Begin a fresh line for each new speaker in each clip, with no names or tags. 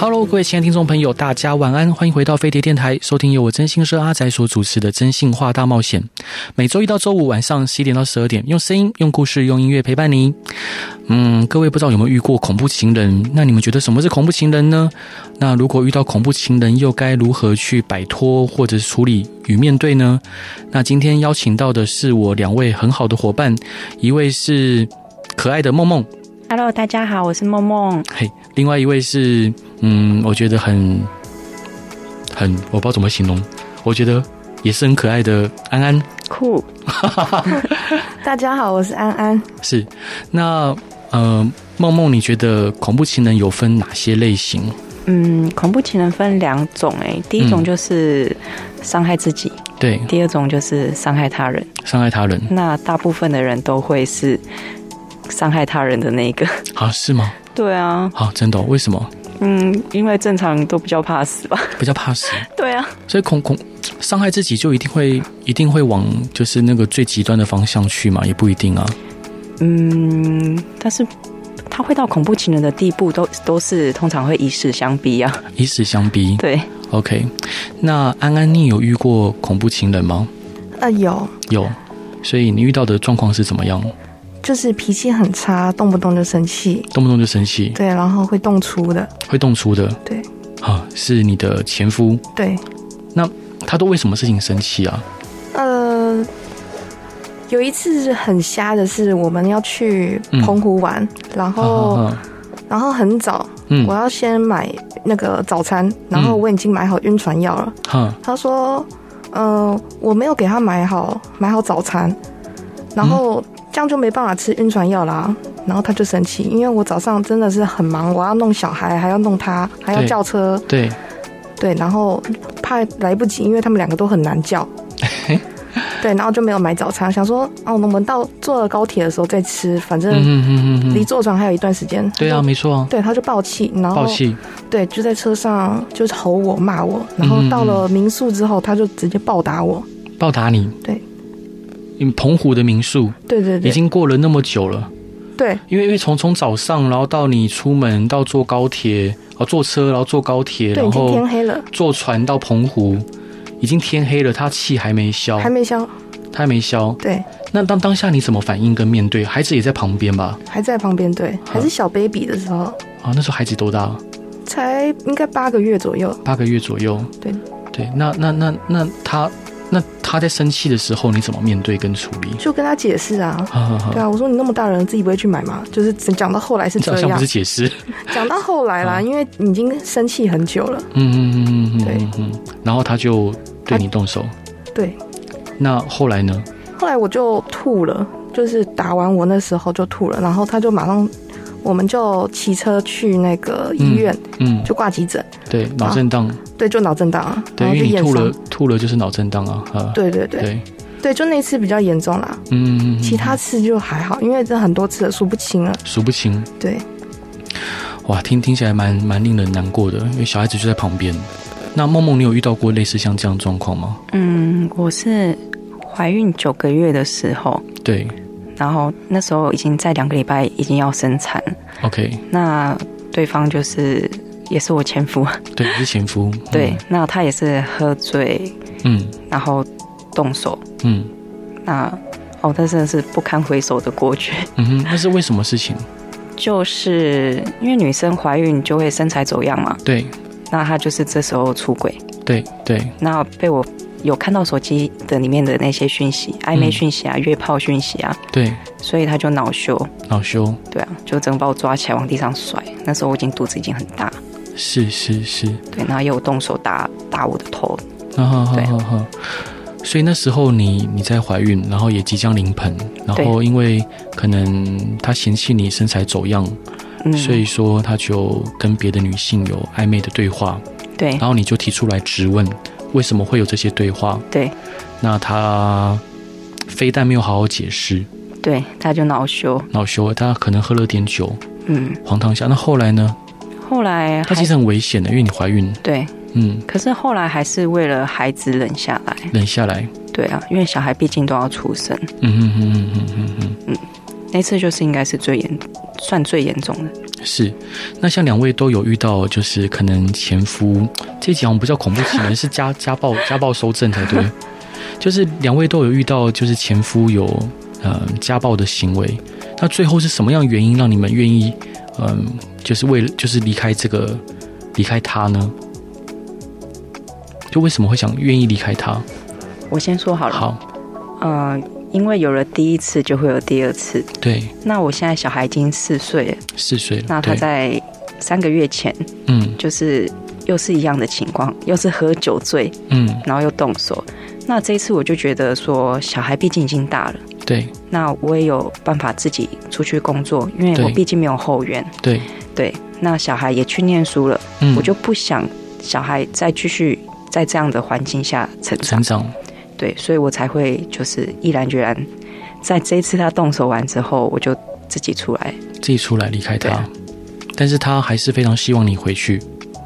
Hello，各位亲爱的听众朋友，大家晚安，欢迎回到飞碟电台，收听由我真心社阿仔所主持的《真心话大冒险》，每周一到周五晚上十一点到十二点，用声音、用故事、用音乐陪伴你。嗯，各位不知道有没有遇过恐怖情人？那你们觉得什么是恐怖情人呢？那如果遇到恐怖情人，又该如何去摆脱或者处理与面对呢？那今天邀请到的是我两位很好的伙伴，一位是可爱的梦梦，
Hello，大家好，我是梦梦。
嘿，另外一位是，嗯，我觉得很，很，我不知道怎么形容，我觉得也是很可爱的安安，
酷，
大家好，我是安安。
是，那呃，梦梦，你觉得恐怖情人有分哪些类型？
嗯，恐怖情人分两种、欸，哎，第一种就是伤害自己，
对，
第二种就是伤害他人。
伤害他人
那大部分的人都会是伤害他人的那一个。
啊？是吗？
对啊，
啊，真的哦、为什么？
嗯，因为正常人都比较怕死吧。
比较怕死，
对啊，
所以恐恐伤害自己就一定会一定会往就是那个最极端的方向去嘛？也不一定啊。
嗯，但是他会到恐怖情人的地步，都都是通常会以死相逼啊。
以死相逼。
对，
OK，那安安，你有遇过恐怖情人吗？
呃，有，
有，所以你遇到的状况是怎么样？
就是脾气很差，动不动就生气，
动不动就生气，
对，然后会动粗的，
会动粗的。
对，
啊，是你的前夫，
对，
他都为什么事情生气啊？
呃，有一次很瞎的是，我们要去
嗯
澎湖玩，然后、
啊，啊啊
然后很早，
嗯
我，要先买那个早餐，然后
嗯
我已经买好晕船药了。
哈，
他说，呃，我没有给他买好买好早餐，然
嗯
后这样就没办法吃晕船药啦。然后他就生气，因为我早上真的是很忙，我要弄小孩，还要弄他，还要
对
叫车，
对，
对，然后怕来不及，因为他们两个都很 难叫。对，然后就没有买早餐，想说啊，我们到坐了高铁的时候再吃，反
嗯
正
嗯嗯嗯
离
嗯，
坐船还有一段时间。
对啊，没错啊，
对，他就爆气，然后
暴气，
对，就在车上就是吼我骂我，然后
嗯嗯
到了民宿之后，他就直接暴打我。
暴打你。
对，
嗯，澎湖的民宿
对对
已
对，
经过了那么久了，
对
因为因为从从早上，然后到你出门，到坐高铁，哦，坐车，然后坐高铁，
对，已
然
经
后
天黑了，
坐船到澎湖，已经天黑了，他气还没消，
还没消。
他还没消。
对，
那当当下你怎么反应跟面对？孩子也在旁边吧？
还在旁边，对，还
嗯
是小 baby 的时候，
啊，那时候孩子多大？
才应该八个月左右。
八个月左右。
对
对，那那那那他那他在生气的时候，你怎么面对跟处理？
就跟他解释啊，
哈哈哈
对。啊，我说你那么大人自己不会去买吗？就是讲到后来是
你好
这
像不
样
是，解释，
讲到后来啦，
嗯
因为已经生气很久了，
嗯嗯嗯嗯
对
嗯嗯，然后他就对你动手。
对。
那后来呢？
后来我就吐了，就是打完我那时候就吐了，然后他就马上，我们就骑车去那个医院、
嗯，
就挂急诊，
对，脑震荡，
对，就脑震荡啊，
对，
然后
因为
就
你
验
吐了
伤，，
吐了就是脑震荡啊，啊，
对对对
对，
对，就那次比较严重啦，
嗯，嗯嗯
其他次就还好，因为这很多次了数不清了，
数不清，
对，
哇，听听起来蛮蛮令人难过的，因为小孩子就在旁边。那梦梦，你有遇到过类似像这样的状况吗？
嗯，我是怀孕九个月的时候，
对
然后那时候已经在两个礼拜已经要生产，
，OK，
那对方就是也是我前夫，
对，是前夫，嗯
对，，那他也是喝醉，
嗯
然后动手，
嗯
那哦，他真的是不堪回首的过去，
嗯哼，那是为什么事情？
就是因为女生怀孕就会身材走样嘛，
对
那他就是这时候出轨，
对对，
那被我。有看到手机的里面的那些讯息，暧昧
嗯
讯息啊，约炮讯息啊，
对，
所以他就恼羞，
恼羞，
对啊，就整个把我抓起来往地上甩。那时候我已经肚子已经很大，
是是是，
对，然后又动手打打我的头，
啊哈哈
对
哈哈。所以那时候你你在怀孕，然后也即将临盆，然后因为可能他嫌弃你身材走样，
嗯，
所以说他就跟别的女性有暧昧的对话，
对
然后你就提出来质问，为什么会有这些对话。
对
那他非但没有好好解释，
对，他就恼羞，
恼羞了，他可能喝了点酒，
嗯，
黄汤下。那后来呢？
后来
他
还
其实很危险的，因为你怀孕，
对，
嗯，
可是后来还是为了孩子忍下来，
忍下来，
对啊，因为小孩毕竟都要出生，
嗯嗯嗯嗯嗯嗯
那次就是应该是最严，算最严重的，
嗯，是。那像两位都有遇到，就是可能前夫，这一集好像不叫恐怖情人，是家家暴家暴收证才对。就是两位都有遇到，就是前夫有呃家暴的行为，那最后是什么样的原因让你们愿意，嗯、就是为了就是离开这个离开他呢？就为什么会想愿意离开他？
我先说好了，
好，
嗯、因为有了第一次，就会有第二次。
对，
那我现在小孩已经四岁了，
四岁了，
那他
对，
在三个月前
嗯
就是又是一样的情况，又是喝酒醉，
嗯，
然后又动手。那这一次我就觉得说，小孩毕竟已经大了，
对
那我也有办法自己出去工作，因为
对
我毕竟没有后援。
对，
对，那小孩也去念书了，
嗯，
我就不想小孩再继续在这样的环境下成长
成。长，
对，所以我才会就是毅然决然，在这一次他动手完之后，我就自己出来。
自己出来离开
对
他
啊，
但是他还是非常希望你回去，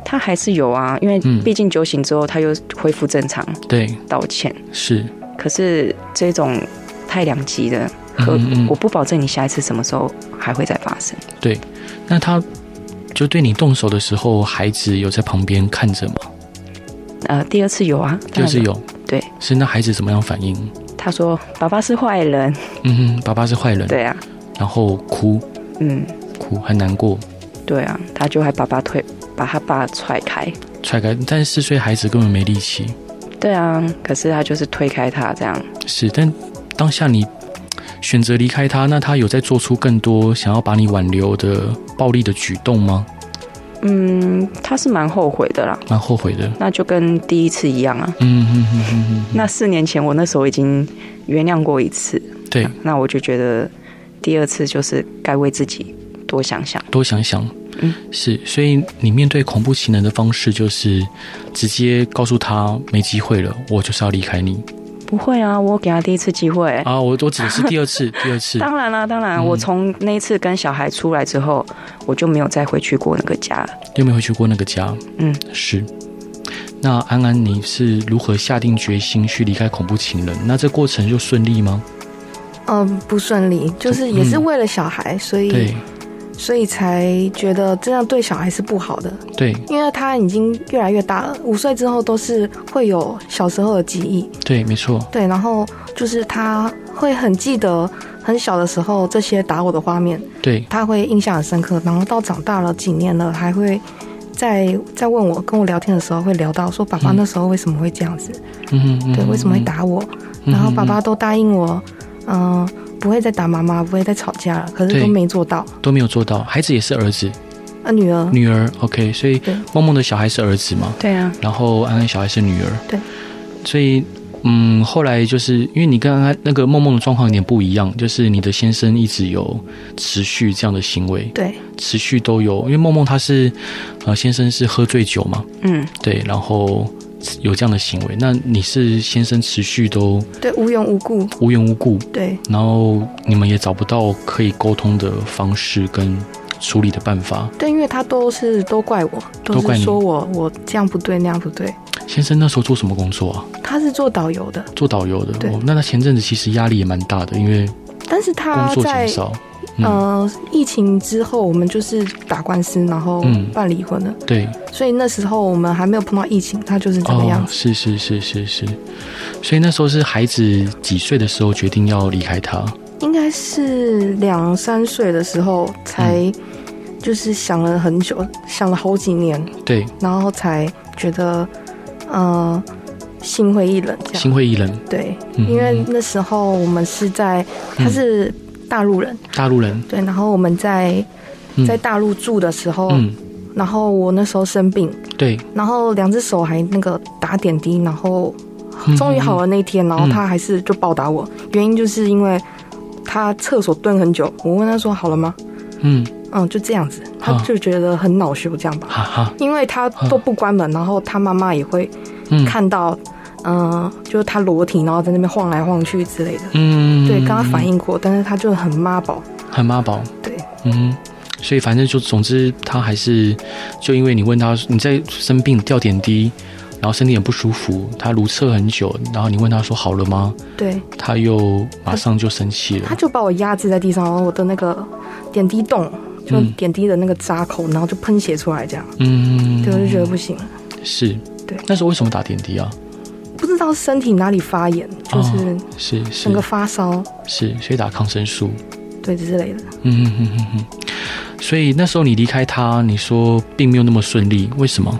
他还是有啊，因为
嗯
毕竟酒醒之后他又恢复正常，
对，
道歉。
是，
可是这种太两极的，和
嗯嗯
我不保证你下一次什么时候还会再发生。
那他就对你动手的时候，孩子有在旁边看着吗？
呃，第二次有啊，当
就
然
是。有，
对，
是那孩子怎么样反应？
他说爸爸是坏人，
嗯哼，爸爸是坏人，
对啊，
然后哭
嗯，
哭很难过，
对啊，他就还把爸推，把他爸踹开。
踹开，但是四岁孩子根本没力气，
对啊，可是他就是推开他这样。
是，但当下你选择离开他，那他有在做出更多想要把你挽留的暴力的举动吗？
嗯，他是蛮后悔的啦。
蛮后悔的，
那就跟第一次一样啊。
嗯哼哼哼哼，
那四年前我那时候已经原谅过一次，
对，
那我就觉得第二次就是该为自己多想想。
多想想。
嗯，
是，所以你面对恐怖情人的方式就是直接告诉他没机会了，我就是要离开你
不会啊，我给他第一次机会。
啊！我我指的是第二 次，第二次，
当然啦、当然，
嗯
我从那一次跟小孩出来之后，我就没有再回去过那个家了。
又没回去过那个家。
嗯，
是。那安安，你是如何下定决心去离开恐怖情人？那这过程就顺利吗？
嗯，不顺利，就是也是为了小孩，所以
嗯对
所以才觉得这样对小孩是不好的，
对
因为他已经越来越大了，五岁之后都是会有小时候的记忆，
对，没错，
对，然后就是他会很记得很小的时候这些打我的画面，
对
他会印象很深刻，然后到长大了几年了，还会在在问我跟我聊天的时候会聊到说爸爸
嗯
那时候为什么会这样子，
嗯嗯，
对，
嗯
为什么会？打我，
嗯
然后爸
嗯
爸都答应我，嗯、不会再打妈妈，不会再吵架了，可是
对
都没做到。
都没有做到，孩子也是儿子，
啊，女儿，
女儿，OK，所以
对
梦梦的小孩是儿子嘛？
对啊，
然后安安小孩是女儿，
对，
所以嗯，后来就是因为你跟安安那个梦梦的状况有点不一样，就是你的先生一直有持续这样的行为，
对
持续都有，因为梦梦她是呃先生是喝醉酒嘛，
嗯，
对，然后有这样的行为，那你是先生持续都
对，无缘无故，
无缘无故，
对
然后你们也找不到可以沟通的方式跟处理的办法，
对，因为他都是都怪我，
都
都
怪
是
你
说我我这样不对那样不对。
先生那时候做什么工作啊？
他是做导游的，
做导游的，
对
哦，那他前阵子其实压力也蛮大的，因为
但是他
工作
在
减少，嗯，
呃疫情之后，我们就是打官司，然后
嗯
办离婚了，
对，
所以那时候我们还没有碰到疫情，他就是这个样
哦，
子。
是是是是是，所以那时候是孩子几岁的时候决定要离开他，
应该是两三岁的时候
嗯
才，就是想了很久，想了好几年，
对，
然后才觉得，呃，心灰意冷这样。
心灰意冷，
对，
嗯
因为那时候我们是在，他是大陆人，
大陆人，
对，然后我们在
嗯
在大陆住的时候，
嗯，
然后我那时候生病，
对，
然后两只手还那个打点滴，然后
嗯
终于好了那一天，然后
嗯
他还是就暴打我，原因就是因为他厕所蹲很久，我问他说好了吗？
嗯，
嗯，就这样子，他
啊
就觉得很恼羞这样吧，
哈哈，
因为他都不关门，然后他妈妈也会
嗯
看到，嗯、就是他裸体，然后在那边晃来晃去之类的。
嗯，
对，跟他反映过，但是他就很妈宝。
很妈宝，
对，
嗯，所以反正就总之他还是就因为你问他你在生病吊点滴，然后身体很不舒服，他如厕很久，然后你问他说好了吗？
对，
他又马上就生气
他
了，
就把我压制在地上，然后我的那个点滴洞，就
嗯
点滴的那个扎口，然后就喷血出来，这样，
嗯，
对，我就觉得不行了。
是，
对
那时候为什么打点滴啊？
不知道身体哪里发炎，就是
哦、是是
整个发烧，
是，所以打抗生素，
对之类的。
嗯嗯嗯嗯嗯，所以那时候你离开他，你说并没有那么顺利，为什么？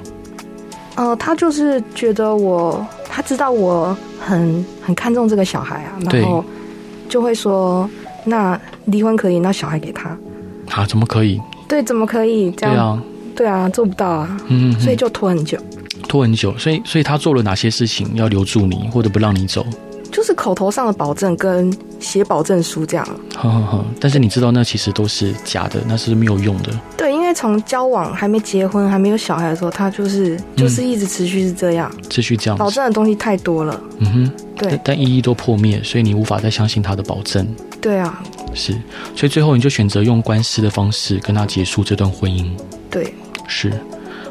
呃，他就是觉得我，他知道我很很看重这个小孩啊，
对
然后就会说，那离婚可以，那小孩给他。
啊，怎么可以？
对，怎么可以这
对
样？
啊，
对啊，做不到啊，
嗯，嗯嗯
所以就拖很久，
拖很久，所以所以他做了哪些事情要留住你，或者不让你走？
就是口头上的保证跟写保证书这样。
呵呵呵，但是你知道那其实都是假的，那是没有用的。
对，因为从交往还没结婚、还没有小孩的时候，他就是
嗯
就是一直持续是这样，
继续这样
保
子，
证的东西太多了。
嗯哼，
对
但但一一都破灭，所以你无法再相信他的保证，
对啊，
是，所以最后你就选择用官司的方式跟他结束这段婚姻，
对，
是，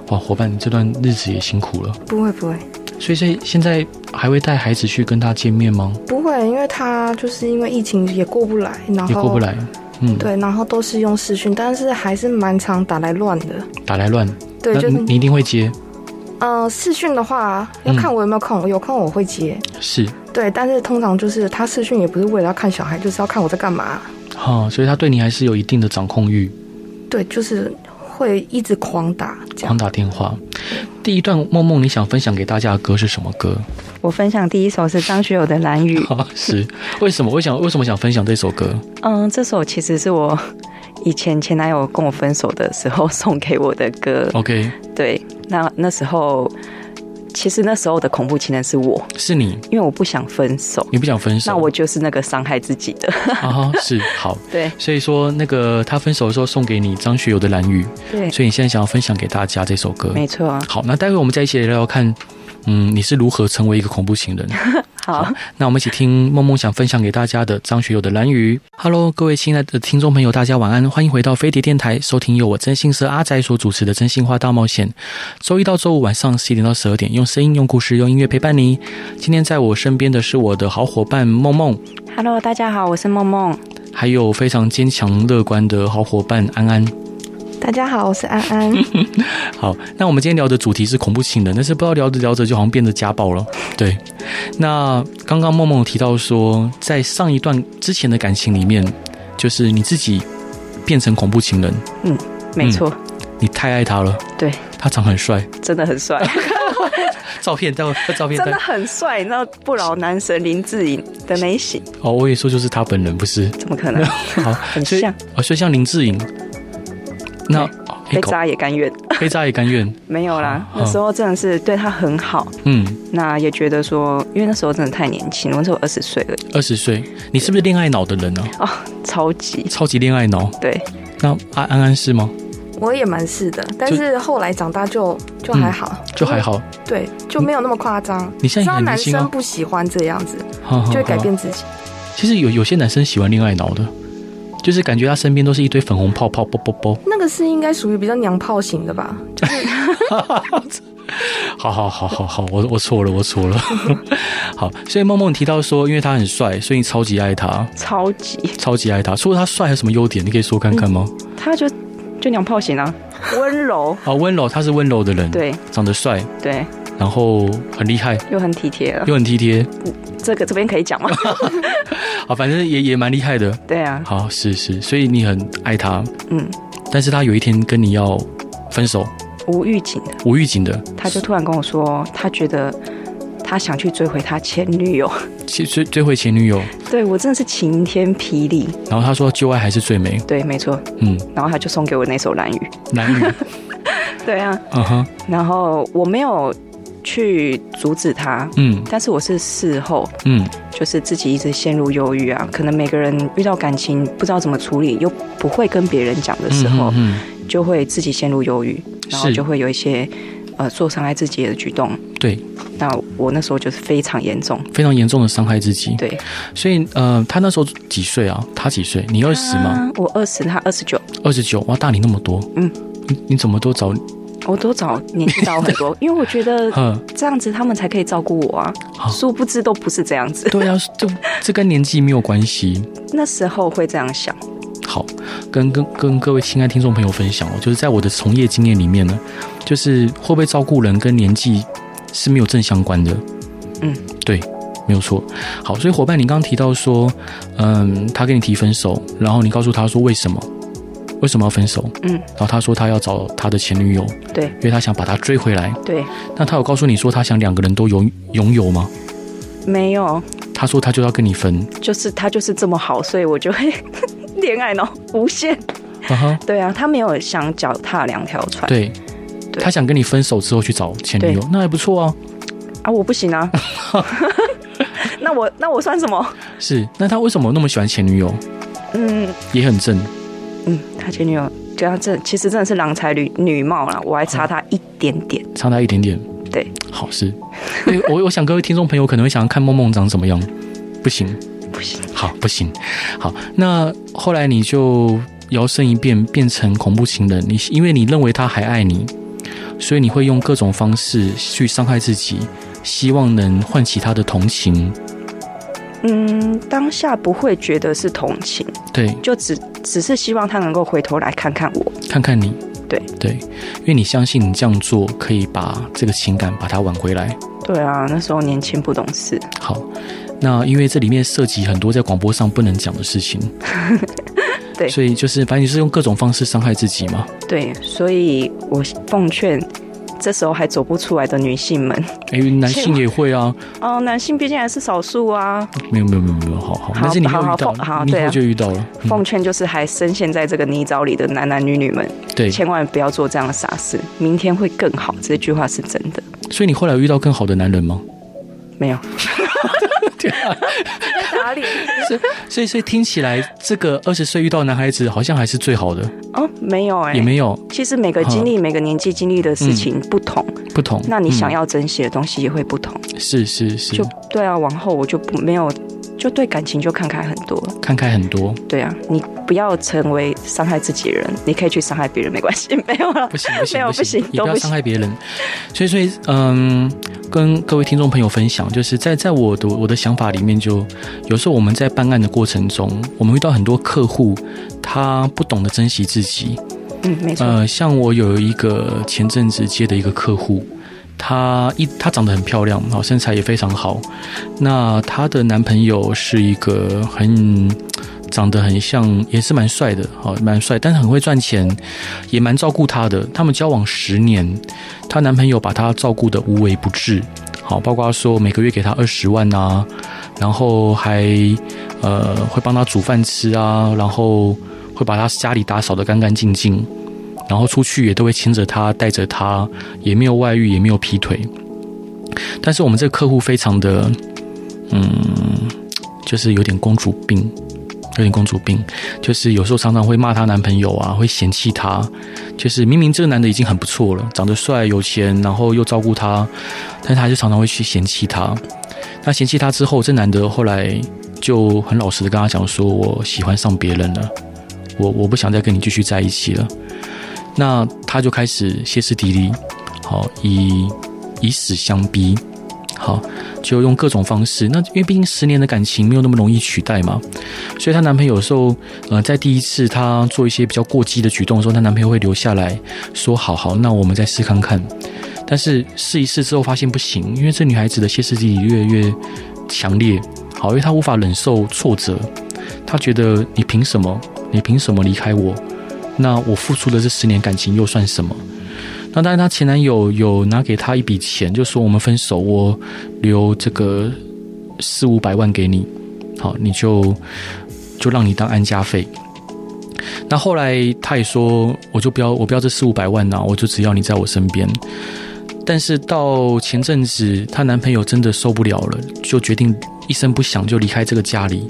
哇，伙伴，你这段日子也辛苦了，
不会不会
所以现现在还会带孩子去跟他见面吗？
不会，因为他就是因为疫情也过不来，然后
也过不来，嗯，
对，然后都是用视讯，但是还是蛮常打来乱的。
打来乱，
对，
那
就
你
是
你一定会接，
呃，视讯的话要
嗯
看我有没有空，有空我会接。
是，
对，但是通常就是他视讯也不是为了要看小孩，就是要看我在干嘛。
哈、所以他对你还是有一定的掌控欲。
对，就是会一直狂打这
狂
样。
打电话。第一段梦梦，你想分享给大家的歌是什么歌？
我分享第一首是张学友的《蓝雨》，
是为什么？我想为什么想分享这首歌？
嗯，这首其实是我以前前男友跟我分手的时候送给我的歌。
OK，
对，那那时候其实那时候的恐怖情人是我，
是你，
因为我不想分手，
你不想分手？
那我就是那个伤害自己 的。
啊哈是好。
对
所以说，那个他分手的时候送给你张学友的《蓝雨》，
对，
所以你现在想要分享给大家这首歌。
没错啊。
好，那待会我们再一起来聊聊看，嗯，你是如何成为一个恐怖情人？
好，
那我们一起听梦梦想分享给大家的张学友的《蓝鱼》。Hello，各位亲爱的听众朋友，大家晚安，欢迎回到飞碟电台，收听由我真心社阿仔所主持的《真心话大冒险》。周一到周五晚上十一点到十二点，用声音、用故事、用音乐陪伴你。今天在我身边的是我的好伙伴梦梦，
Hello，大家好，我是梦梦。
还有非常坚强乐观的好伙伴安安。
大家好，我是安安。
好，那我们今天聊的主题是恐怖情人，但是不知道聊着聊着就好像变得家暴了。对，那刚刚梦梦有提到说，在上一段之前的感情里面，就是你自己变成恐怖情人，
没错，
你太爱他了，
对，
他长很帅，
真的很帅，
照片待会照片
真
待
的很帅，你知道不老男神林志颖的那一型，
哦，我也说就是他本人不是
怎么可 能？
好，
很
所以
像
哦，所以像林志颖，那哎
被
搞
渣也甘愿，
被渣也甘愿，
没有啦。
好
那时候真的是对他很好，
嗯，
那也觉得说，因为那时候真的太年轻，那时候二十岁了，
二十岁，你是不是恋爱脑的人呢、啊？
超级
超级恋爱脑，
对，
那安安安是吗？
我也蛮是的，但是后来长大就就还好，
嗯就还好，
嗯
对，就没有那么夸张。
你现
知
在也
道
很年
男
轻啊
生。不喜欢这样子，
好
就会
好
改
好
变自己。
其实有有些男生喜欢恋爱脑的，就是感觉他身边都是一堆粉红泡泡，啵啵啵。
那个是应该属于比较娘炮型的吧？
好好好好好，我我错了，我错了。 好，所以梦梦提到说，因为他很帅，所以你超级爱他，
超级，
超级爱他。除了他帅，还有什么优点？你可以说看看吗？
他就就娘炮型啊，温柔，
啊，温柔，他是温柔的人，，
对嗯
长得帅，
对，
然后很厉害，
又很体贴了。
又很体贴，
这个这边可以 讲吗？
啊，反正也也蛮厉害的。
对啊，
好，是是，所以你很爱他，
嗯，
但是他有一天跟你要分手，
无预警的，
无预警的，
他就突然跟我说，他觉得他想去追回他前女友。
追追追回前女友，
对我真的是晴天霹雳，
然后他说旧爱还是最美，
对，没错。
嗯，
然后他就送给我那首《蓝雨
男女，》，
对啊，
嗯哼，
然后我没有去阻止他，
嗯
但是我是事后
嗯，
就是自己一直陷入忧郁啊，可能每个人遇到感情不知道怎么处理，又不会跟别人讲的时候，
嗯
就会自己陷入忧郁，然后
是
就会有一些呃做伤害自己的举动。
对，
那我那时候就是非常严重，
非常严重的伤害自己。
对，
所以呃，他那时候几岁啊？他几岁？你二十吗？
啊我二十，他二十九，
二十九，哇，大你那么多。
嗯
你，你怎么都找？
我都找年纪大我很多，因为我觉得
嗯，
这样子他们才可以照顾我啊
好，
殊不知都不是这样子。
对啊，这这跟年纪没有关系。
那时候会这样想，
好，跟跟跟各位亲爱听众朋友分享哦，就是在我的从业经验里面呢，就是会不会照顾人跟年纪是没有正相关的。
嗯，
对，没有错。好，所以伙伴，你刚刚提到说，嗯，他跟你提分手，然后你告诉他说为什么？为什么要分手？
嗯，
然后他说他要找他的前女友，
对
因为他想把她追回来。
对，
那他有告诉你说他想两个人都拥拥有吗？
没有，
他说他就要跟你 分。
就是他就是这么好，所以我就会 恋爱脑无限。
啊哈，
对啊，他没有想脚踏两条船。
对，
对
他想跟你分手之后去找前女友，那还不错啊。
啊，我不行 啊。那我那我算什么？
是，那他为什么那么喜欢前女友？
嗯
也很正，
嗯，他前女友对啊，这其实真的是郎才女女貌啦，我还差他一点点。
差他一点点。
对，
好是。对我我想各位听众朋友可能会想要看梦梦长怎么样，不行，
不行，
好不行，好。那后来你就摇身一变变成恐怖情人，你因为你认为他还爱你，所以你会用各种方式去伤害自己，希望能唤起他的同情。
嗯，当下不会觉得是同情，
对，
就只只是希望他能够回头来看看我。
看看你。
对
对，因为你相信你这样做可以把这个情感把它挽回来。
对啊，那时候年轻不懂事，
好，那因为这里面涉及很多在广播上不能讲的事情，
对
所以就是反正你是用各种方式伤害自己嘛。
对，所以我奉劝这时候还走不出来的女性们，
哎，男性也会啊，
哦，男性毕竟还是少数啊，
没有没有没有没有，好好，
好
但是你没有遇到
好好，好
你以
对
后
啊
就遇到了。嗯
奉劝就是还深陷在这个泥沼里的男男女女们，
对，
千万不要做这样的傻事，明天会更好。这句话是真的，
所以你后来有遇到更好的男人 吗？
没有
天啊，
打脸
所以所以所以听起来，这个二十岁遇到的男孩子好像还是最好的，
哦，没有哎、
也没啊嗯有
其实每个经历、每个年纪经历的事情不同，
不同。
那你想
嗯
要珍惜的东西也会不同。
是是是
就，对啊，往后我就不没有，就对感情就看开很多了。
看开很多，
对啊，你不要成为伤害自己的人，你可以去伤害别人，没关系， 没有了
不。行不
没
行
有
不
不
行
行，
也
都
不要
不
伤害别人。所以所以嗯，跟各位听众朋友分享，就是在在我的我的想法里面就，有时候我们在办案的过程中，我们遇到很多客户，他不懂得珍惜自己。
嗯，没错。
呃，像我有一个前阵子接的一个客户。她一，她长得很漂亮，好身材也非常好。那她的男朋友是一个很长得很像，也是蛮帅的，好蛮帅，但是很会赚钱，也蛮照顾她的。他们交往十年，她男朋友把她照顾的无微不至，好，包括说每个月给她二十万啊，然后还呃会帮她煮饭吃啊，然后会把她家里打扫得干干净净。然后出去也都会牵着她，带着她，也没有外遇，也没有劈腿。但是我们这个客户非常的，嗯，就是有点公主病，有点公主病，就是有时候常常会骂她男朋友啊，会嫌弃她，就是明明这个男的已经很不错了，长得帅、有钱，然后又照顾她，但是她就常常会去嫌弃他。那嫌弃他之后，这男的后来就很老实的跟她讲说：“我喜欢上别人了，我我不想再跟你继续在一起了。”那他就开始歇斯底里，好以以死相逼，好就用各种方式。那因为毕竟十年的感情没有那么容易取代嘛，所以她男朋友有时候，呃，在第一次她做一些比较过激的举动的时候，她男朋友会留下来说：“好好，那我们再试看看。”但是试一试之后发现不行，因为这女孩子的歇斯底里越来越强烈，好，因为她无法忍受挫折，她觉得你凭什么？你凭什么离开我？那我付出的这十年感情又算什么？那当然，她前男友有拿给她一笔钱，就说我们分手，我留这个四五百万给你，好，你就就让你当安家费。那后来她也说，我就不要，我不要这四五百万呐、啊我就只要你在我身边。但是到前阵子，她男朋友真的受不了了，就决定一声不响就离开这个家里，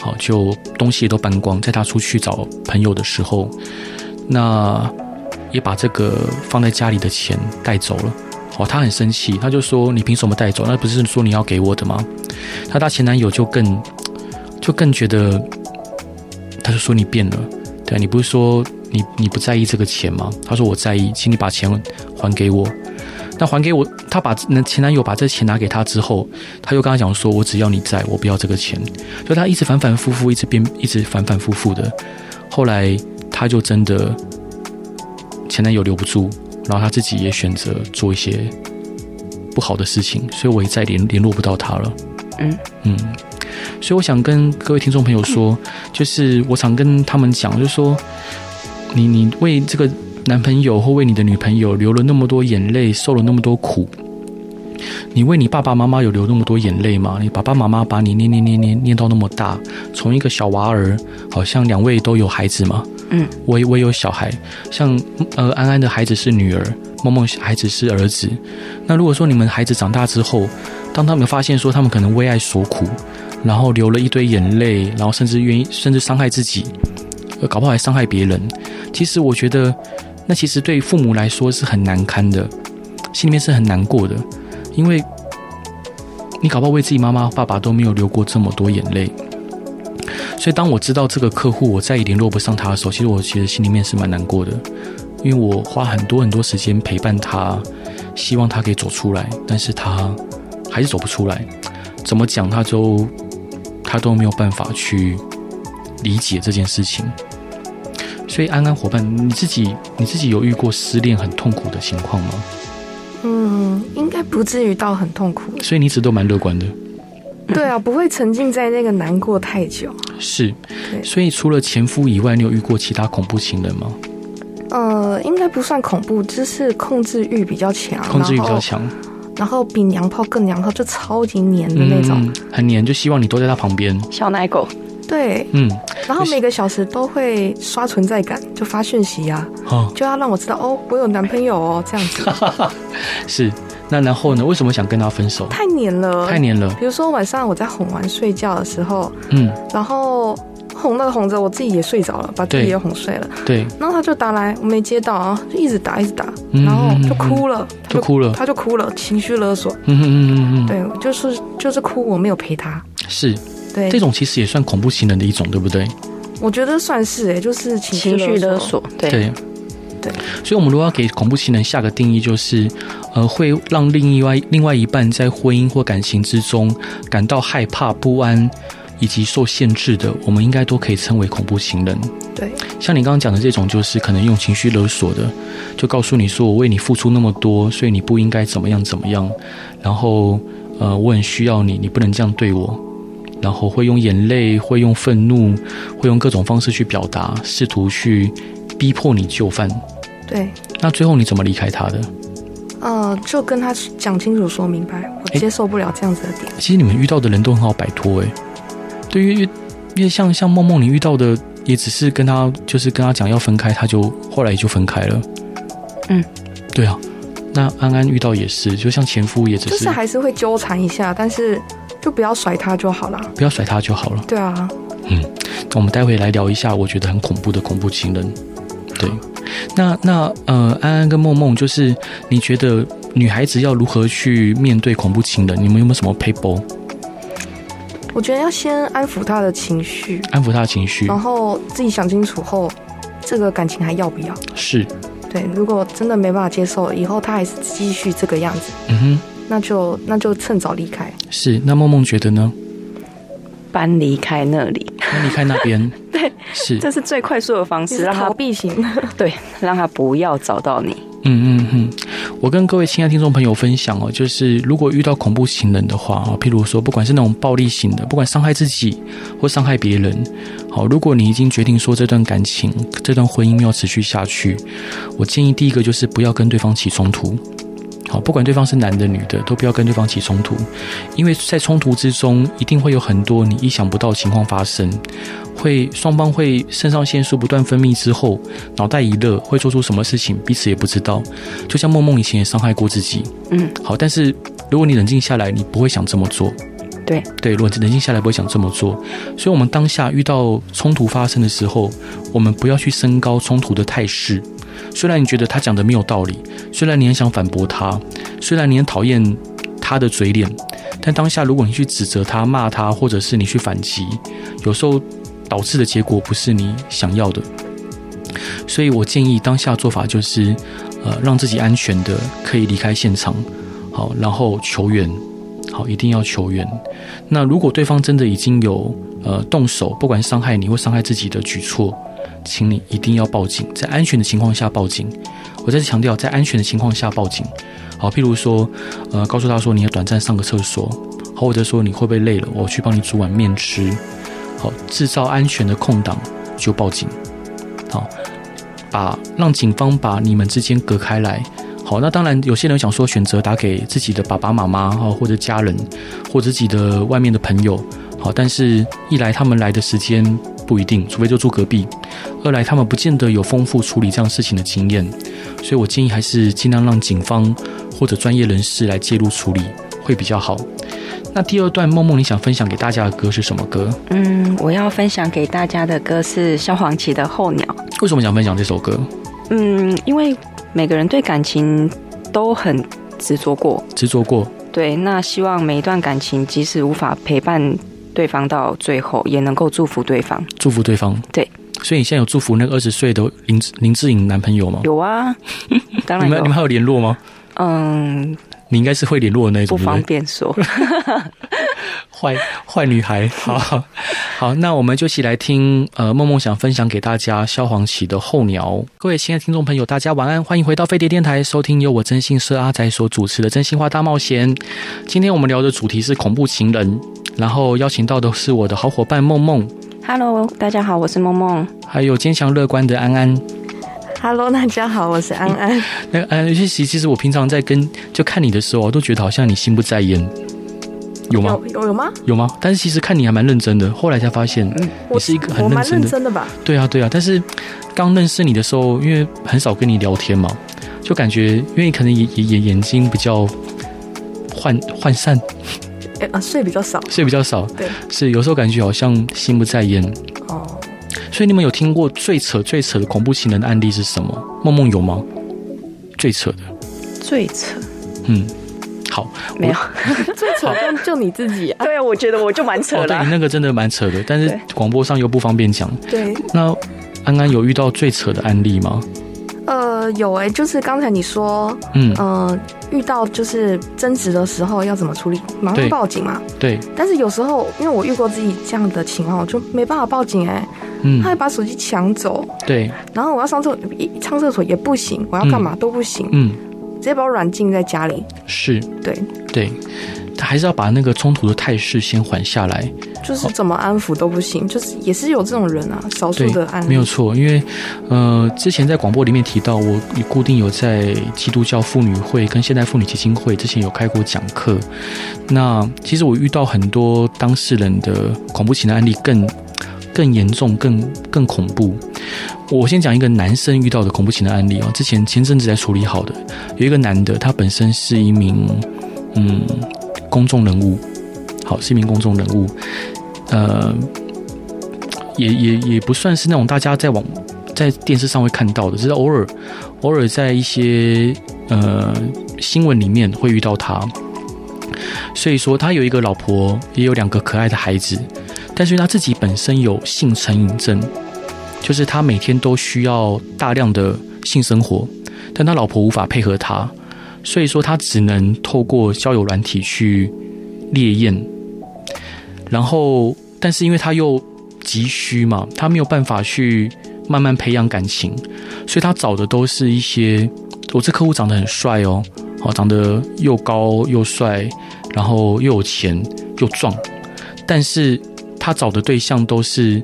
好，就东西也都搬光。在她出去找朋友的时候，那也把这个放在家里的钱带走了，哦，她很生气，她就说：“你凭什么带走？那不是说你要给我的吗？”她她前男友就更就更觉得，他就说你变了，对啊你不是说你你不在意这个钱吗？他说我在意，请你把钱还给我。那还给我，他把那前男友把这钱拿给他之后，他又跟他讲说：“我只要你在，我不要这个钱。”所以他一直反反复复，一直变，一直反反复复的。后来他就真的前男友留不住，然后他自己也选择做一些不好的事情，所以我也再联联络不到他了。
嗯
嗯，所以我想跟各位听众朋友说，就是我常跟他们讲，就是说，你你为这个男朋友或为你的女朋友流了那么多眼泪，受了那么多苦。你为你爸爸妈妈有流那么多眼泪吗？你爸爸妈妈把你念念念念念到那么大，从一个小娃儿，好像两位都有孩子嘛。
嗯，
我也我也有小孩，像呃安安的孩子是女儿，梦梦孩子是儿子。那如果说你们孩子长大之后，当他们发现说他们可能为爱所苦，然后流了一堆眼泪，然后甚至愿意甚至伤害自己，呃，搞不好还伤害别人。其实我觉得，那其实对父母来说是很难堪的，心里面是很难过的，因为你搞不好为自己妈妈、爸爸都没有流过这么多眼泪。所以当我知道这个客户我再也联络不上他的时候，其实我其实心里面是蛮难过的，因为我花很多很多时间陪伴他，希望他可以走出来，但是他还是走不出来。怎么讲他都他都没有办法去理解这件事情。所以安安伙伴，你自己你自己有遇过失恋很痛苦的情况吗？
嗯，应该不至于到很痛苦。
所以你一直都蛮乐观的。嗯
对啊，不会沉浸在那个难过太久。
是，
对
所以除了前夫以外，你有遇过其他恐怖情人吗？
呃，应该不算恐怖，就是控制欲比较强，
控制欲比
然
较
后，
强，
然后比娘炮更娘炮，就超级黏的那种。
嗯，很黏，就希望你都在他旁边。
小奶狗，
对，
嗯，
然后每个小时都会刷存在感，就发讯息啊，
哦，
就要让我知道哦，我有男朋友哦，这样子
是。那然后呢？为什么想跟他分手？
太黏了。
太黏了。
比如说晚上我在哄完睡觉的时候，
嗯，
然后哄那个哄着，我自己也睡着了，把自己
对
也哄睡了。
对，
然后他就打来，我没接到啊，就一直打一直打，
嗯
然后就哭了，他
就哭了。
他就哭了，情绪勒索。
嗯嗯嗯嗯嗯，
对，就是就是哭，我没有陪他。
是
对
这，种其实也算恐怖情人的一种，对不对？
我觉得算是哎、就是情
情绪勒
勒。
索，对，
对。
对
所以，我们如果要给恐怖情人下个定义，就是，呃，会让另一外另外一半在婚姻或感情之中感到害怕、不安，以及受限制的，我们应该都可以称为恐怖情人。
对，
像你刚刚讲的这种，就是可能用情绪勒索的，就告诉你说我为你付出那么多，所以你不应该怎么样怎么样，然后呃我很需要你，你不能这样对我，然后会用眼泪，会用愤怒，会用各种方式去表达，试图去逼迫你就范。
对，
那最后你怎么离开他的？
呃，就跟他讲清楚说明白，我
哎
接受不了这样子的点。
其实你们遇到的人都很好摆脱诶、对于因为像像梦梦你遇到的，也只是跟他就是跟他讲要分开，他就后来也就分开了。
嗯，
对啊。那安安遇到也是，就像前夫也只
就是是还是会纠缠一下，但是就不要甩他就好啦。
不要甩他就好了。
对啊，
我们待会来聊一下，我觉得很恐怖的恐怖情人。对，那那呃，安安跟梦梦，就是你觉得女孩子要如何去面对恐怖情人？你们有没有什么 paper
我觉得要先安抚他的情绪，
安抚他的情绪
然？后自己想清楚后，这个感情还要不要？
是，
对，如果真的没办法接受，以后他还是继续这个样子，
嗯哼，
那就那就趁早离开。
是。那梦梦觉得呢？
搬离开那里，
那离开那边，
对，
是，
这是最快速的方
你
式，
啊
是
让
逃
他
避型，
对，让他不要找到你。
嗯嗯嗯，我跟各位亲爱听众朋友分享哦，就是如果遇到恐怖情人的话啊，譬如说不管是那种暴力型的，不管伤害自己或伤害别人，好，如果你已经决定说这段感情、这段婚姻要持续下去，我建议第一个就是不要跟对方起冲突。好，不管对方是男的女的，都不要跟对方起冲突，因为在冲突之中，一定会有很多你意想不到的情况发生，会双方会肾上腺素不断分泌之后，脑袋一热，会做出什么事情，彼此也不知道。就像梦梦以前也伤害过自己，
嗯，
好，但是如果你冷静下来，你不会想这么做。
对
对，如果你冷静下来，不会想这么做。所以，我们当下遇到冲突发生的时候，我们不要去升高冲突的态势，虽然你觉得他讲的没有道理，虽然你很想反驳他，虽然你很讨厌他的嘴脸，但当下如果你去指责他、骂他，或者是你去反击，有时候导致的结果不是你想要的。所以我建议当下做法就是，呃，让自己安全的可以离开现场，好，然后求援，好，一定要求援。那如果对方真的已经有呃动手，不管伤害你或伤害自己的举措，请你一定要报警，在安全的情况下报警。我再次强调，在安全的情况下报警。好，譬如说，呃，告诉他说你要短暂上个厕所，好或者说你会不会累了，我去帮你煮碗面吃。好，制造安全的空档就报警。好，把让警方把你们之间隔开来。好，那当然，有些人想说选择打给自己的爸爸妈妈哦，或者家人，或者自己的外面的朋友。好，但是一来他们来的时间不一定，除非就住隔壁；二来他们不见得有丰富处理这样事情的经验，所以我建议还是尽量让警方或者专业人士来介入处理会比较好。那第二段，梦梦你想分享给大家的歌是什么歌？
嗯，我要分享给大家的歌是萧煌奇的《候鸟》。
为什么想分享这首歌？
嗯，因为每个人对感情都很执着过，
执着过，
对，那希望每一段感情，即使无法陪伴对方到最后，也能够祝福对方。
祝福对方。
对，
所以你现在有祝福那个二十岁的林志林志颖男朋友吗？
有啊， 当
你
然
们你们
有。啊
还有联络吗？
嗯，
你应该是会联络的那种，
不
对不
方
对？
便说。
坏坏女孩， 好好，那我们就一起来听呃梦梦想分享给大家萧煌奇的《候鸟》。各位亲爱的听众朋友，大家晚安，欢迎回到飞碟电台，收听由我真心社阿仔所主持的《真心话大冒险》。今天我们聊的主题是恐怖情人，然后邀请到的是我的好伙伴梦梦，
Hello，大家好，我是梦梦。
还有坚强乐观的安安。
Hello，大家好，我是安安。
那安安，其实其实我平常在跟就看你的时候，我都觉得好像你心不在焉，有吗？
有有有吗？
有吗？但是其实看你还蛮认真的，后来才发现你
我
是一个
我
很认
蛮
真
认
的。
真的吧？
对啊，对啊。但是刚认识你的时候，因为很少跟你聊天嘛，就感觉因为你可能也也也眼睛比较涣涣散，
哎、啊，睡比较少
所以比较少。
对，
是有时候感觉好像心不在焉。
哦。
所以你们有听过最扯最扯的恐怖情人案例是什么？梦梦有吗？最扯的，
最扯
嗯，好，
没有？
最丑就就你自己啊。
对，我觉得我就蛮扯啊
哦，对你
啦。
那个真的蛮扯的，但是
对
广播上又不方便讲。
对，
那安安有遇到最扯的案例吗？
呃，有哎、就是刚才你说，
嗯，
哦
呃，遇到就是争执的时候要怎么处理？马
对
上报警嘛。
对，
但是有时候，因为我遇过自己这样的情况，我就没办法报警哎、
嗯
他，还把手机抢走，
对，
然后我要上厕一上厕所也不行，我要干嘛都不行，
嗯，
直接把我软禁在家里。
是，
对，
对，他还是要把那个冲突的态势先缓下来。
就是怎么安抚都不行，就是也是有这种人啊，少数
对
的案例。
没有错，因为呃，之前在广播里面提到，我固定有在基督教妇女会跟现代妇女基金会之前有开过讲课。那其实我遇到很多当事人的恐怖情的案例更更严重、更更恐怖。我先讲一个男生遇到的恐怖情的案例哦，之前前阵子才处理好的，有一个男的，他本身是一名嗯公众人物，好，是一名公众人物，呃，也也也不算是那种大家在网在电视上会看到的，只是偶尔偶尔在一些呃新闻里面会遇到他。所以说，他有一个老婆，也有两个可爱的孩子，但是因为他自己本身有性成瘾症，就是他每天都需要大量的性生活，但他老婆无法配合他，所以说他只能透过交友软体去猎艳。然后，但是因为他又急需嘛，他没有办法去慢慢培养感情，所以他找的都是一些我这客户长得很帅哦，哦，长得又高又帅，然后又有钱又壮，但是他找的对象都是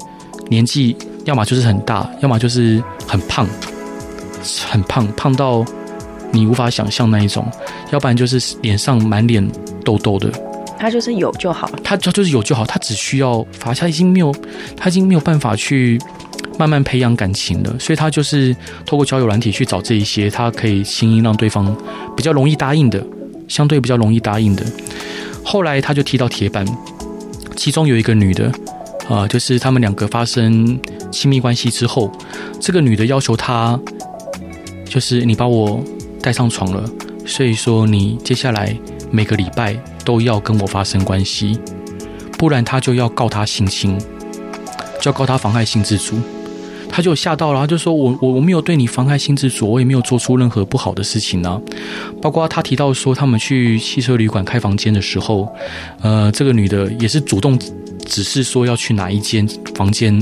年纪要么就是很大，要么就是很胖，很胖，胖到你无法想象那一种，要不然就是脸上满脸痘痘的，
他就是有就好了。
他他就是有就好，他只需要法，他已经没有，他已经没有办法去慢慢培养感情了，所以他就是透过交友软体去找这一些他可以轻易让对方比较容易答应的，相对比较容易答应的。后来他就踢到铁板，其中有一个女的，啊、就是他们两个发生亲密关系之后，这个女的要求他就是你把我带上床了，所以说你接下来每个礼拜都要跟我发生关系，不然他就要告他性侵，就要告他妨害性自主。他就吓到了，他就说我我我没有对你妨害性自主，我也没有做出任何不好的事情啊。包括他提到说，他们去汽车旅馆开房间的时候，呃，这个女的也是主动指示说要去哪一间房间，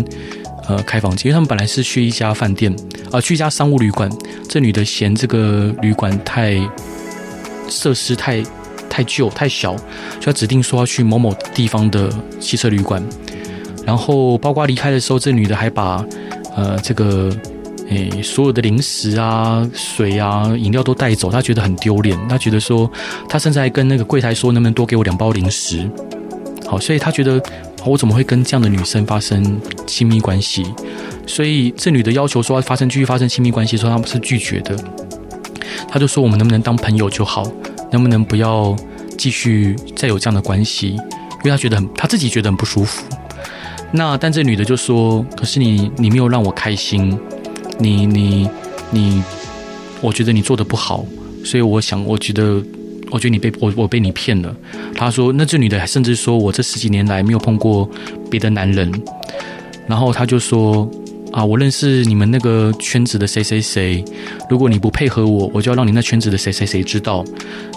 呃，开房间，因为他们本来是去一家饭店，啊、去一家商务旅馆。这女的嫌这个旅馆太设施太太旧太小，就要指定说要去某某地方的汽车旅馆。然后包括离开的时候，这女的还把呃这个诶所有的零食啊、水啊、饮料都带走，她觉得很丢脸。她觉得说，她甚至还跟那个柜台说，能不能多给我两包零食？好，所以她觉得哦我怎么会跟这样的女生发生呃亲密关系？所以这女的要求说要发生继续发生亲密关系的时候，她是拒绝的。她就说我们能不能当朋友就好，能不能不要继续再有这样的关系？因为她觉得很，她自己觉得很不舒服。那但这女的就说：“可是你你没有让我开心，你你你，我觉得你做的不好，所以我想，我觉得，我觉得你被我我被你骗了。”她说：“那这女的还甚至说我这十几年来没有碰过别的男人。”然后她就说：“啊，我认识你们那个圈子的谁谁谁，如果你不配合我，我就要让你那圈子的谁谁谁知道，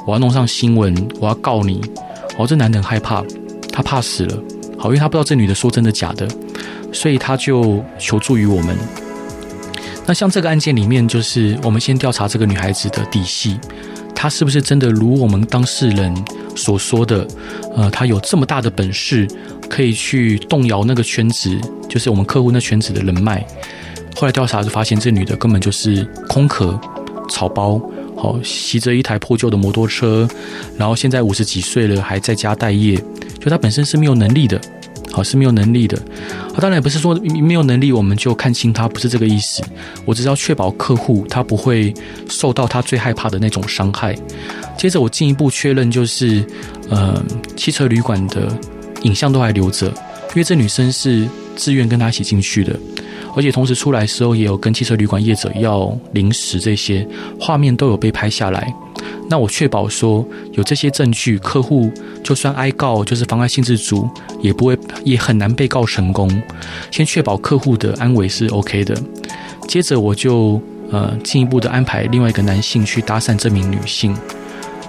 我要弄上新闻，我要告你。”哦，这男的很害怕，他怕死了。好，因为他不知道这女的说真的假的，所以他就求助于我们。那像这个案件里面，就是我们先调查这个女孩子的底细，她是不是真的如我们当事人所说的，呃，她有这么大的本事，可以去动摇那个圈子，就是我们客户那圈子的人脉。后来调查就发现，这女的根本就是空壳、草包，好、骑着一台破旧的摩托车，然后现在五十几岁了，还在家待业，就她本身是没有能力的，好是没有能力的。啊，当然也不是说没有能力我们就看清她，不是这个意思。我只是要确保客户他不会受到他最害怕的那种伤害。接着我进一步确认，就是呃，汽车旅馆的影像都还留着，因为这女生是自愿跟他一起进去的。而且同时出来的时候，也有跟汽车旅馆业者要零食这些画面都有被拍下来。那我确保说有这些证据，客户就算挨告，就是妨碍性自主，也不会也很难被告成功。先确保客户的安危是 OK 的。接着我就呃进一步的安排另外一个男性去搭讪这名女性。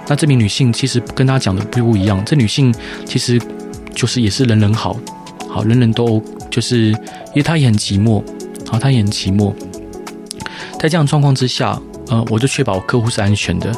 那这名女性其实跟她讲的不不一样，这女性其实就是也是人人好，好人人都就是因为她也很寂寞，好她也很寂寞。在这样的状况之下，呃，我就确保客户是安全的，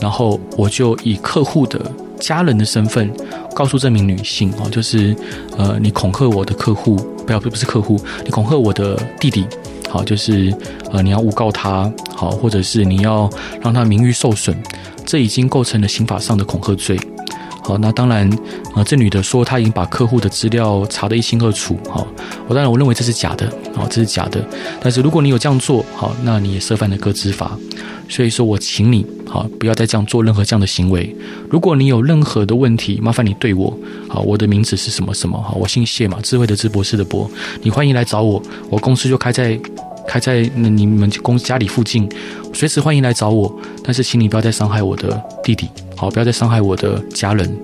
然后我就以客户的家人的身份告诉这名女性哦，就是呃，你恐吓我的客户，不要不是客户，你恐吓我的弟弟，好，就是呃，你要诬告他，好，或者是你要让他名誉受损，这已经构成了刑法上的恐吓罪。好，那当然，呃，这女的说她已经把客户的资料查得一清二楚。好，我当然我认为这是假的，好，这是假的。但是如果你有这样做，好，那你也涉犯了各自法。所以说我请你，好，不要再这样做任何这样的行为。如果你有任何的问题，麻烦你对我，好，我的名字是什么什么，好，我姓谢嘛，智慧的智，博士的博，你欢迎来找我，我公司就开在。开在那你们公司家里附近，随时欢迎来找我。但是，请你不要再伤害我的弟弟，好，不要再伤害我的家人。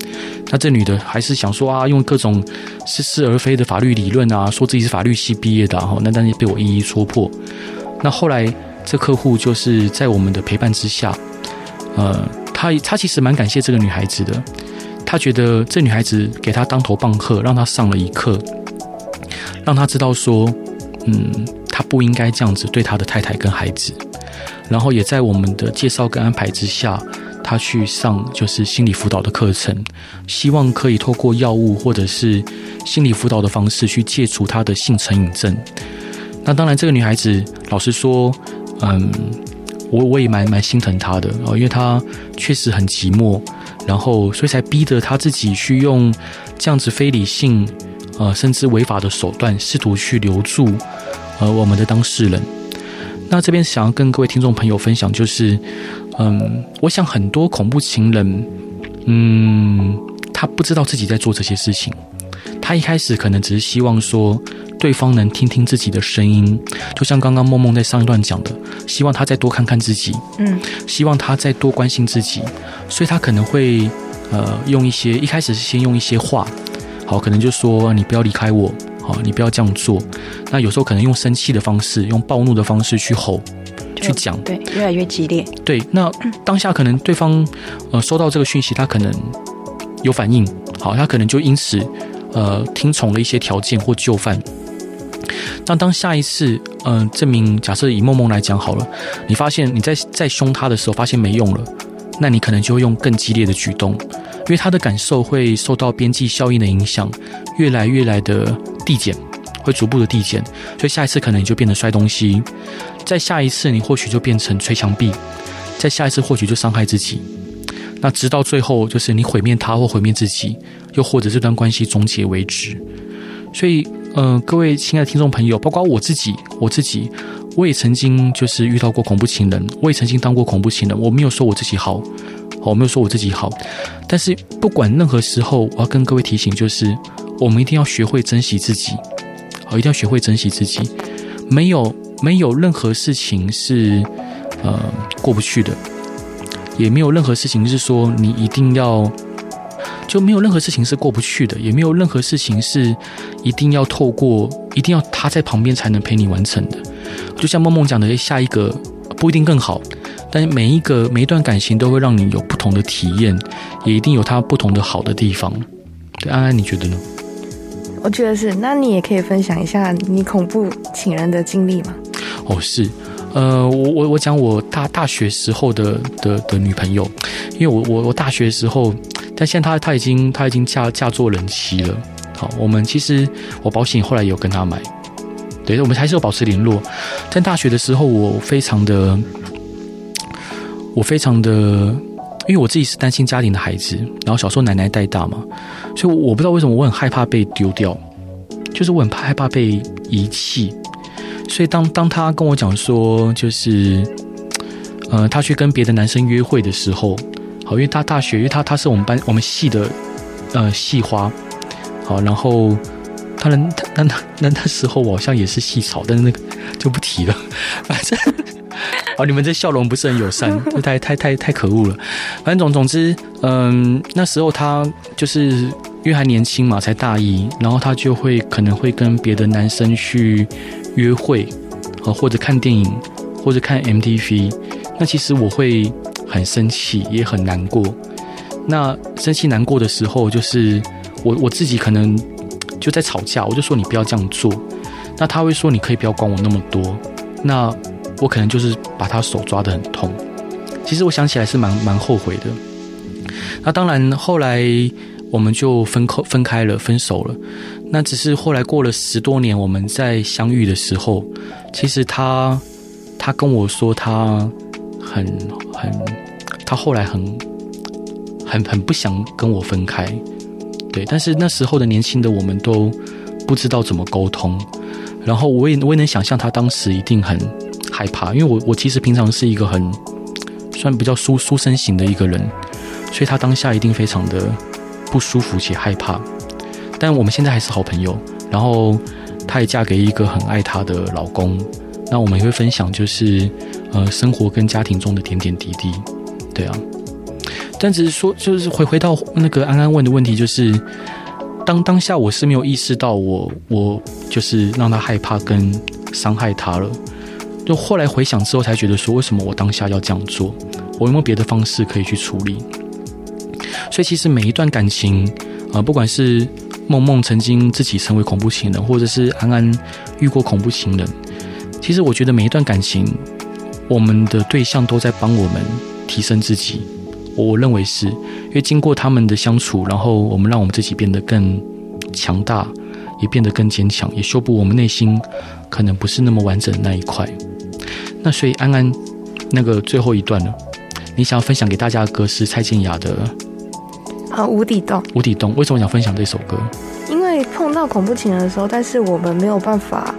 那这女的还是想说啊，用各种似是而非的法律理论啊，说自己是法律系毕业的、啊，哈，那但是被我一一戳破。那后来这客户就是在我们的陪伴之下，呃，他他其实蛮感谢这个女孩子的，他觉得这女孩子给他当头棒喝，让他上了一课，让他知道说，嗯，他不应该这样子对他的太太跟孩子。然后也在我们的介绍跟安排之下，他去上就是心理辅导的课程，希望可以透过药物或者是心理辅导的方式去戒除她的性成瘾症。那当然，这个女孩子老实说，嗯，我我也蛮蛮心疼她的哦，因为她确实很寂寞，然后所以才逼得她自己去用这样子非理性，呃，甚至违法的手段，试图去留住呃我们的当事人。那这边想要跟各位听众朋友分享，就是，嗯，我想很多恐怖情人，嗯，他不知道自己在做这些事情，他一开始可能只是希望说，对方能听听自己的声音。就像刚刚梦梦在上一段讲的，希望他再多看看自己，
嗯，
希望他再多关心自己，所以他可能会呃用一些一开始是先用一些话，好，可能就说你不要离开我，好，你不要这样做。那有时候可能用生气的方式，用暴怒的方式去吼。去讲
对，越来越激烈，
对，那当下可能对方呃收到这个讯息，他可能有反应，好，他可能就因此呃听从了一些条件或就范。那当下一次，嗯、呃，证明假设以梦梦来讲好了，你发现你在在凶他的时候，发现没用了，那你可能就会用更激烈的举动，因为他的感受会受到边际效应的影响，越来越来的递减，会逐步的递减，所以下一次可能你就变得摔东西，在下一次你或许就变成捶墙壁，在下一次或许就伤害自己，那直到最后就是你毁灭他或毁灭自己，又或者这段关系终结为止。所以，呃，各位亲爱的听众朋友，包括我自己，我自己，我也曾经就是遇到过恐怖情人，我也曾经当过恐怖情人，我没有说我自己好，哦好我没有说我自己好，但是不管任何时候，我要跟各位提醒，就是我们一定要学会珍惜自己，哦好，一定要学会珍惜自己。没有没有任何事情是呃过不去的，也没有任何事情是说你一定要，就没有任何事情是过不去的，也没有任何事情是一定要透过一定要他在旁边才能陪你完成的。就像梦梦讲的，诶下一个不一定更好，但是每一个每一段感情都会让你有不同的体验，也一定有它不同的好的地方。对，安安你觉得呢？
我觉得是。那你也可以分享一下你恐怖情人的经历吗？
哦，是，呃，我我我讲我大大学时候的的的女朋友，因为我我我大学时候，但现在她她已经她已经嫁嫁做人妻了。好，我们其实我保险后来也有跟她买，对，我们还是有保持联络。在大学的时候，我非常的，我非常的，因为我自己是单亲家庭的孩子，然后小时候奶奶带大嘛，所以我不知道为什么我很害怕被丢掉，就是我很害怕被遗弃。所以当当他跟我讲说，就是，呃，他去跟别的男生约会的时候，好，因为他大学，因为他他是我们班我们系的，呃，系花，好，然后他那那那那那时候我好像也是系草，但是那个就不提了， 反正，好，你们这笑容不是很友善，这太太太太可恶了，反正总总之，嗯，那时候他就是因为还年轻嘛，才大一，然后他就会可能会跟别的男生去。约会，呃，或者看电影，或者看 MTV，那其实我会很生气，也很难过。那生气难过的时候，就是我我自己可能就在吵架，我就说你不要这样做。那他会说你可以不要管我那么多。那我可能就是把他手抓得很痛。其实我想起来是蛮蛮后悔的。那当然，后来我们就分口分开了，分手了。那只是后来过了十多年，我们在相遇的时候，其实他他跟我说他很很，他后来很很很不想跟我分开，对。但是那时候的年轻的我们都不知道怎么沟通，然后我也我也能想象他当时一定很害怕，因为我我其实平常是一个很算比较书书生型的一个人，所以他当下一定非常的不舒服且害怕。但我们现在还是好朋友。然后她也嫁给一个很爱她的老公。那我们也会分享，就是呃，生活跟家庭中的点点滴滴。对啊，但只是说，就是回回到那个安安问的问题，就是当当下我是没有意识到我我就是让她害怕跟伤害她了。就后来回想之后，才觉得说，为什么我当下要这样做？我有没有别的方式可以去处理？所以其实每一段感情，呃，不管是梦梦曾经自己成为恐怖情人，或者是安安遇过恐怖情人。其实我觉得每一段感情，我们的对象都在帮我们提升自己。我认为是，因为经过他们的相处，然后我们让我们自己变得更强大，也变得更坚强，也修补我们内心可能不是那么完整的那一块。那所以安安那个最后一段呢，你想要分享给大家的歌是蔡健雅的《
啊，无底洞。
无底洞》，为什么想分享这首歌？
因为碰到恐怖情人的时候，但是我们没有办法，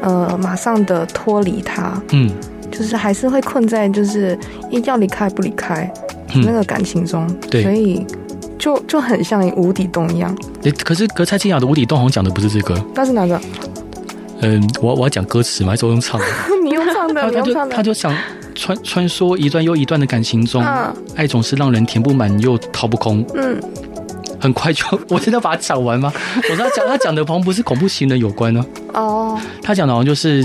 呃，马上的脱离他，
嗯，
就是还是会困在就是要离开不离开、
嗯
那个感情中，
对
所以就就很像无底洞一样。
诶可是可是蔡健雅的《无底洞》好像讲的不是这个，
但是哪个？
嗯，我我要讲歌词嘛，还是我用唱的？
你用唱
他
的，你
他
用
就
唱
他
的，
就想穿穿梭一段又一段的感情中，
嗯
爱总是让人填不满又掏不空，
嗯，
很快就 我真的把它讲完吗？我说他讲他讲的好像不是恐怖情人有关呢、
哦，
他讲的好像就是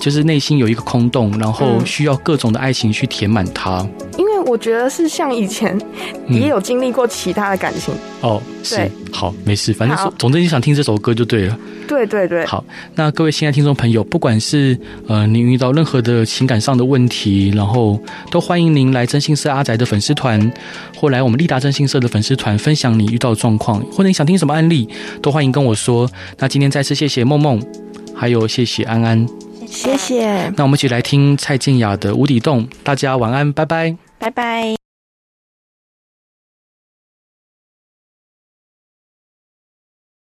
就是内心有一个空洞，然后
嗯
需要各种的爱情去填满它。
因为我觉得是像以前
嗯
也有经历过其他的感情，
哦，是
对
好，没事，反正
好
总之你想听这首歌就对了。
对对对，
好，那各位亲爱听众朋友，不管是呃您遇到任何的情感上的问题，然后都欢迎您来真心社阿宅的粉丝团，或来我们利达真心社的粉丝团分享你遇到的状况，或者你想听什么案例，都欢迎跟我说。那今天再次谢谢梦梦，还有谢谢安安。
谢谢。
那我们一起来听蔡健雅的《无底洞》，大家晚安，拜拜。
拜拜。